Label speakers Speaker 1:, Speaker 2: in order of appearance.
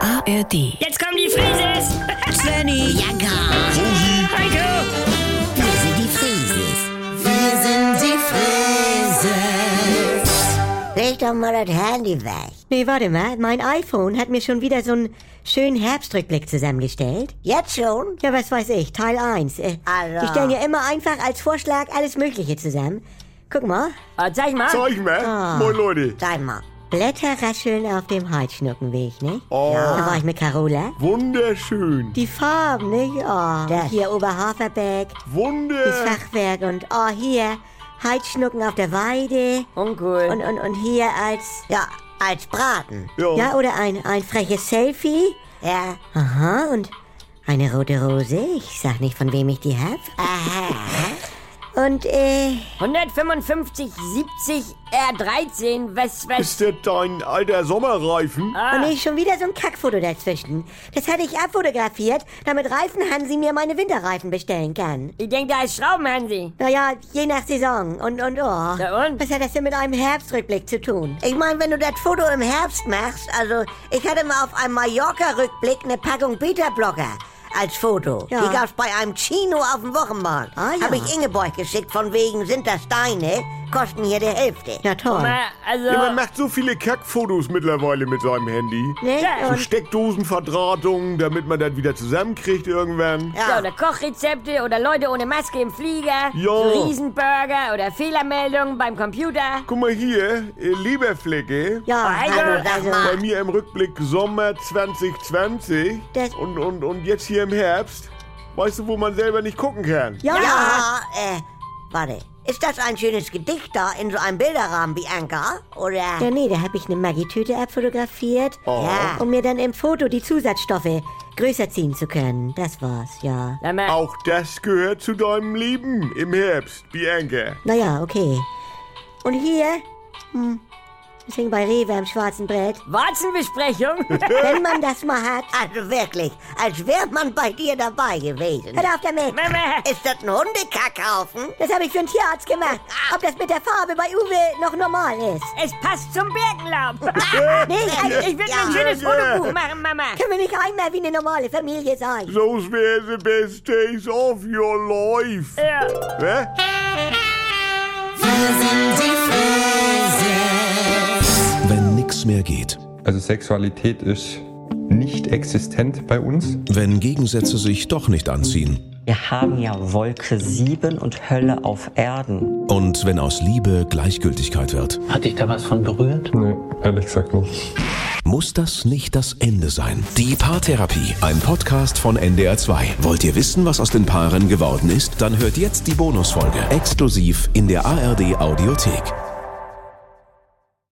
Speaker 1: ARD.
Speaker 2: Jetzt kommen die Frises!
Speaker 3: Svenny,
Speaker 4: Ja, gar.
Speaker 2: Heiko!
Speaker 4: Wir sind die Frieses. Wir sind die Frieses. Leg doch mal das Handy weg.
Speaker 3: nee, warte mal, mein iPhone hat mir schon wieder so einen schönen Herbstrückblick zusammengestellt.
Speaker 4: Jetzt schon?
Speaker 3: Ja, was weiß ich, Teil 1. Äh,
Speaker 4: Allah.
Speaker 3: Die stellen ja immer einfach als Vorschlag alles Mögliche zusammen. Guck mal,
Speaker 2: Und sag ich Ah, mal,
Speaker 5: Zeig mal.
Speaker 3: Ah.
Speaker 5: Moin Leute.
Speaker 4: Sag mal.
Speaker 3: Blätter rascheln auf dem Heidschnuckenweg, ne?
Speaker 5: Oh.
Speaker 3: Da war ich mit Carola.
Speaker 5: Wunderschön.
Speaker 3: Die Farben, nicht? Oh, Äh.
Speaker 4: Das-
Speaker 3: hier Oberhaferberg, das
Speaker 5: Wunder.
Speaker 3: Fachwerk und oh, hier Heidschnucken auf der Weide.
Speaker 2: uncool.
Speaker 3: Und, und, und hier als,
Speaker 4: Ja, als Braten.
Speaker 5: Ja.
Speaker 3: ja, oder ein, ein freches Selfie.
Speaker 4: Ja.
Speaker 3: Aha, und eine rote Rose. Ich sag nicht, von wem ich die hab.
Speaker 4: Aha.
Speaker 3: Und, äh,
Speaker 2: 155, 70, R13, West, West.
Speaker 5: Ist das dein alter Sommerreifen?
Speaker 2: Ah.
Speaker 3: und ich schon wieder so ein Kackfoto dazwischen. Das hatte ich abfotografiert, damit Reifenhansi mir meine Winterreifen bestellen kann.
Speaker 2: Ich denke, da ist Schrauben, Hansi.
Speaker 3: Naja, je nach Saison. Und, und, oh.
Speaker 2: Ja, und?
Speaker 3: Was hat das denn mit einem Herbstrückblick zu tun?
Speaker 4: Ich meine, wenn du das Foto im Herbst machst, also ich hatte mal auf einem Mallorca-Rückblick eine Packung Beta-Blocker als Foto.
Speaker 3: Ja.
Speaker 4: Die gab's bei einem Chino auf dem Wochenmarkt.
Speaker 3: Ah, ja.
Speaker 4: Habe ich Ingeborg geschickt, von wegen sind das deine, kosten hier die Hälfte.
Speaker 3: Ja, toll.
Speaker 2: Na, also,
Speaker 5: Ja, man macht so viele Kackfotos mittlerweile mit seinem Handy.
Speaker 3: Ne?
Speaker 2: Ja.
Speaker 5: So
Speaker 3: Und,
Speaker 5: Steckdosenverdrahtungen, damit man das wieder zusammenkriegt irgendwann.
Speaker 2: ja, oder Kochrezepte oder Leute ohne Maske im Flieger.
Speaker 5: Jo.
Speaker 2: So Riesenburger oder Fehlermeldungen beim Computer.
Speaker 5: Guck mal hier, äh, Leberflecke.
Speaker 3: ja,
Speaker 2: Also,
Speaker 3: also,
Speaker 4: sag
Speaker 3: also,
Speaker 4: mal.
Speaker 5: Bei mir im Rückblick Sommer 2020.
Speaker 3: Das-
Speaker 5: Und, und, und jetzt hier im Herbst. Weißt du, wo man selber nicht gucken kann?
Speaker 3: ja.
Speaker 4: Ja, äh, warte. Ist das ein schönes Gedicht da in so einem Bilderrahmen, Bianca? Oder?
Speaker 3: Ja, nee, da hab ich eine Maggi-Tüte abfotografiert,
Speaker 5: Oh.
Speaker 3: ja, um mir dann im Foto die Zusatzstoffe größer ziehen zu können. Das war's, ja.
Speaker 2: Sag mal,
Speaker 5: Auch das gehört zu deinem Leben im Herbst, Bianca.
Speaker 3: Naja, okay. Und hier, hm, das hing bei Rewe am schwarzen Brett.
Speaker 2: Warzenbesprechung.
Speaker 3: Wenn man das mal hat,
Speaker 4: Also wirklich, als wäre man bei dir dabei gewesen.
Speaker 3: hört auf damit.
Speaker 2: Mama.
Speaker 4: Ist das ein Hundekackhaufen? Ah.
Speaker 3: Das habe ich für einen Tierarzt gemacht. Ob das mit der Farbe bei Uwe noch normal ist.
Speaker 2: Es passt zum Birkenlaub.
Speaker 4: Ah.
Speaker 3: Nicht? Also,
Speaker 2: Ich will mir ein schönes Fotobuch machen, Mama.
Speaker 3: können wir nicht einmal wie eine normale Familie sein?
Speaker 5: Those were the best days of your life. Eh?
Speaker 2: Ja.
Speaker 5: Hä?
Speaker 6: Wenn nix mehr geht.
Speaker 7: Also Sexualität ist nicht existent bei uns.
Speaker 6: Wenn Gegensätze sich doch nicht anziehen.
Speaker 8: Wir haben ja Wolke 7 und Hölle auf Erden.
Speaker 6: Und wenn aus Liebe Gleichgültigkeit wird.
Speaker 9: Hat dich da was von berührt?
Speaker 7: Nee, ehrlich gesagt nicht.
Speaker 6: Muss das nicht das Ende sein? Die Paartherapie, ein Podcast von NDR2. Wollt ihr wissen, was aus den Paaren geworden ist? Dann hört jetzt die Bonusfolge exklusiv in der ARD Audiothek.